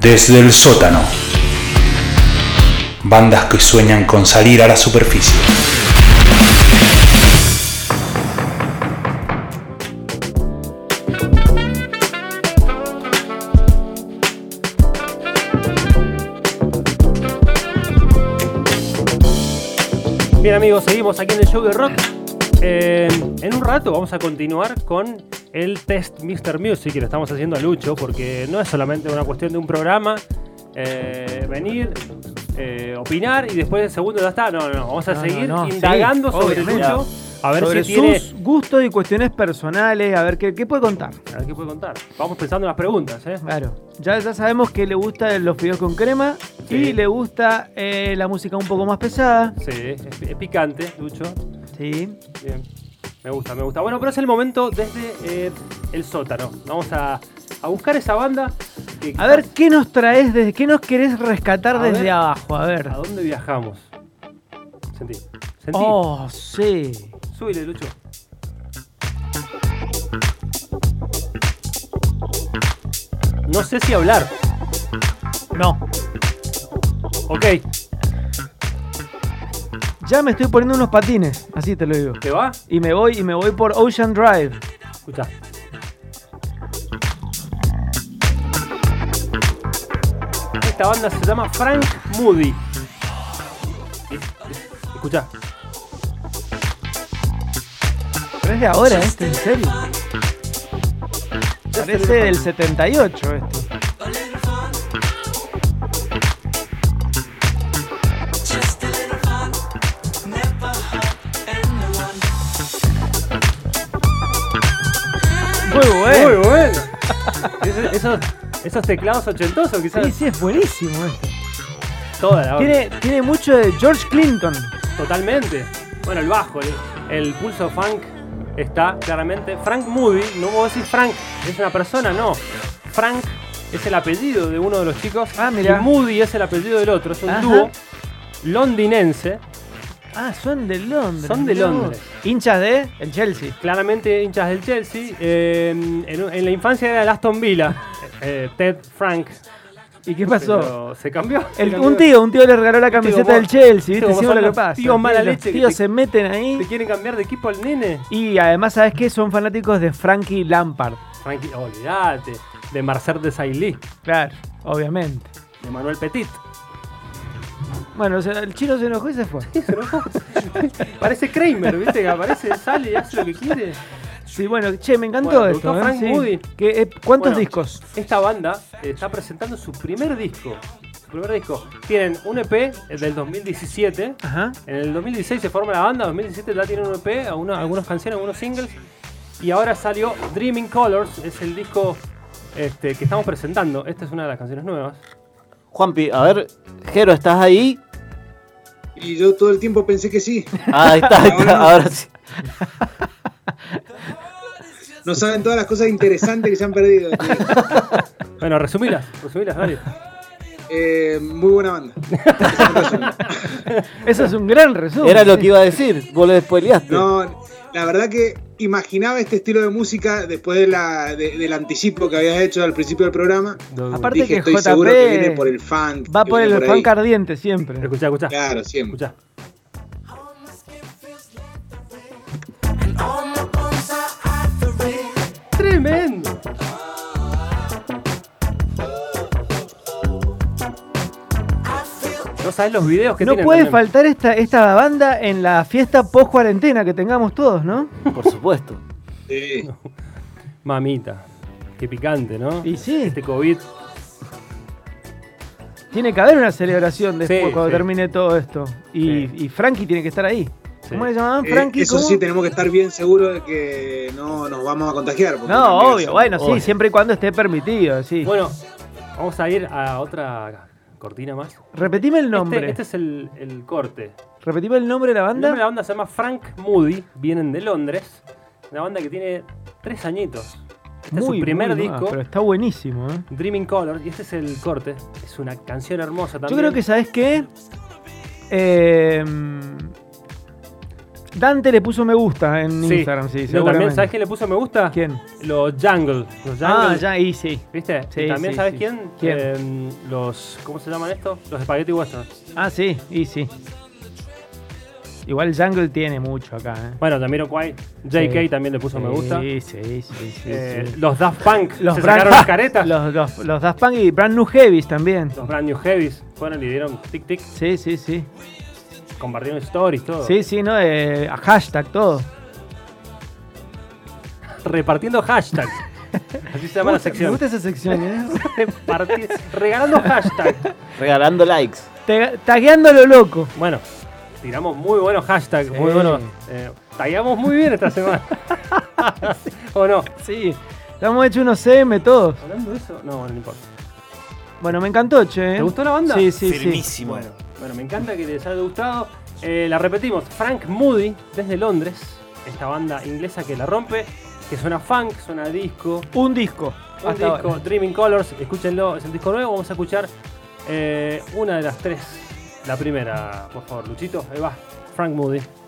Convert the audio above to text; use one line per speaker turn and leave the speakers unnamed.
Desde el sótano. Bandas que sueñan con salir a la superficie.
Bien amigos, seguimos aquí en el show de rock. Eh, en un rato vamos a continuar con el test Mr. Music que le estamos haciendo a Lucho, porque no es solamente una cuestión de un programa, eh, venir, eh, opinar y después el segundo ya está. No, no, no, vamos a
No, no,
seguir
no, sí,
indagando sobre
obviamente.
Lucho, a ver
Sobre
si tiene...
sus gustos y cuestiones personales, a ver qué, qué puede contar.
A ver qué puede contar. Vamos pensando en las preguntas, ¿eh?
Claro, ya, ya sabemos que le gusta los fideos con crema
Sí.
y le gusta eh, la música un poco más pesada.
Sí, es, es picante, Lucho.
Sí,
Bien. Me gusta, me gusta. Bueno, pero es el momento desde eh, el sótano. Vamos a, a buscar esa banda. que
A
quizás-
ver, ¿qué nos traes? Desde, ¿Qué nos querés rescatar
A
desde
ver.
abajo? A ver.
¿A dónde viajamos? Sentí. Sentí.
Oh, sí.
Súbile, Lucho. No sé si hablar.
No.
Ok,
Ya me estoy poniendo unos patines, así te lo digo.
¿te va?
Y me voy, y me voy por Ocean Drive.
Escucha. Esta banda se llama Frank Moody. Escucha.
Pero es de ahora, este, en serio. Parece del 78 esto. Muy
Muy
bueno.
bueno. Ese- esos, esos teclados ochentosos, quizás.
Sí, sí, es buenísimo esto.
Toda la banda.
Tiene, tiene mucho de George Clinton.
Totalmente. Bueno, el bajo, el, el pulso funk está claramente. Frank Moody, no vos decís Frank, es una persona, no. Frank es el apellido de uno de los chicos.
Ah, mirá.
Y Moody es el apellido del otro. Es un
Ajá.
dúo londinense.
Ah, son de Londres.
Son de
mirá vos.
Londres.
Hinchas de el Chelsea.
Claramente hinchas del Chelsea. eh, en, en la infancia era el Aston Villa. eh, Ted Frank.
¿Y qué pasó?
Pero se cambió. se
El-
cambió.
un tío, un tío le regaló la camiseta
como-
del Chelsea,
viste
¿viste?
como
Sí,
son
lo que
los
pasa.
tíos mala
Los
leche que
tíos
te-
se meten ahí.
¿Te quieren cambiar de equipo al nene?
Y además, ¿sabes qué? Son fanáticos de Frankie Lampard.
Frankie, olvídate. De Marcel de Sailly.
Claro, obviamente.
De Manuel Petit.
Bueno, o sea, el chino se enojó y se fue.
Parece Kramer, ¿viste? Que aparece, sale y hace lo que quiere.
Sí, bueno, che, me encantó
Bueno, ¿te
esto.
gustó
¿eh?
Frank
Sí.
Moody?
¿Qué- eh, ¿Cuántos
Bueno,
discos?
Esta banda eh, está presentando su primer disco. Su primer disco. Tienen un EP del 2017.
Ajá.
En el 2016 se forma la banda, en 2017 ya tienen un EP, alguna- algunas canciones, algunos singles. Y ahora salió Dreaming Colors, es el disco este, que estamos presentando. Esta es una de las canciones nuevas.
Juanpi, a ver, Jero, ¿estás ahí?
Y yo todo el tiempo pensé que sí.
Ah, ahí está, ahí está, ahora sí.
No saben todas las cosas interesantes que se han perdido.
Bueno, resumilas, resumilas, dale.
Eh, muy buena banda.
Eso es un gran resumen.
Era lo
sí.
que iba a decir, vos lo spoileaste.
No, la verdad que imaginaba este estilo de música después de la, de- del anticipo que habías hecho al principio del programa.
Aparte
Dije,
que
estoy
JP
seguro que viene por el fan.
Va por el
fan
funk ardiente siempre.
Escucha, escucha.
Claro, siempre.
Escucha. Tremendo. No sabes los videos que
No
tienen
puede
también.
faltar esta, esta banda en la fiesta post cuarentena que tengamos todos, ¿no?
Por supuesto.
Sí.
Mamita. Qué picante, ¿no?
Y sí.
Este COVID.
Tiene que haber una celebración después
Sí,
cuando
sí.
termine todo esto. Y,
Sí.
y Frankie tiene que estar ahí.
Sí.
¿Cómo le llamaban?
Eh,
Frankie.
eso
¿cómo?
sí, tenemos que estar bien seguros de que no nos vamos a contagiar. porque
no,
también
obvio.
eso-
Bueno, sí,
obvio.
siempre y cuando esté permitido. Sí.
Bueno, vamos a ir a otra cortina más. Este-
Repetime el nombre.
Este, es el, el corte.
Repetime el nombre de la
El
banda.
nombre de la banda se llama Frank Moody, vienen de Londres. Una banda que tiene tres añitos. Este es su primer
muy nueva,
disco,
pero está buenísimo. ¿eh?
Dreaming Color, y este es el corte. Es una canción hermosa
Yo
también.
creo que, ¿sabes qué? Eh, Dante le puso me gusta en
Sí.
Instagram, sí,
No, también,
seguramente.
¿sabes quién le puso me gusta?
¿Quién?
Los Jungle. Los Jungle.
Ah, ya, y sí.
¿Viste?
Sí,
y también,
sí,
¿sabes
sí.
quién?
¿Quién?
Eh, los. ¿Cómo se llaman estos? Los Spaghetti Western.
Ah, sí, y sí. Igual Jungle tiene mucho acá, ¿eh?
Bueno, también Okwai. JK
Sí.
también le puso me gusta.
Sí, sí, sí, sí, sí.
Eh, Los Daft Punk.
Los
se
Brand-
sacaron las caretas. Los,
Los, los, los Daft Punk y Brand New Heavies también.
Brand New Heavies. Fueron y dieron tic tic.
Sí, sí, sí.
Compartieron stories, todo.
Sí, sí, ¿no? Eh, a hashtag, todo.
Repartiendo hashtags. Así se llama la
Me
sección.
gusta esa sección, ¿eh?
Reparti- regalando hashtags.
Regalando likes.
Te- Tagueando lo loco.
Bueno, tiramos muy buenos hashtags. Muy
Sí.
buenos. Eh, tagueamos muy bien esta semana. ¿O no?
Sí. Le hemos hecho unos CM todos.
Hablando de eso. No, no importa.
Bueno, me encantó, che. ¿eh?
¿Te gustó la banda?
Sí, sí, sí.
Firmísimo.
Bueno, bueno, me encanta que les haya gustado. Eh, la repetimos, Frank Moody desde Londres, esta banda inglesa que la rompe, que suena funk, suena disco,
Un disco.
un
Hasta ahora.
disco, Dreaming Colors, escúchenlo, es el disco nuevo, vamos a escuchar eh, una de las tres, la primera, por favor, Luchito, ahí va, Frank Moody.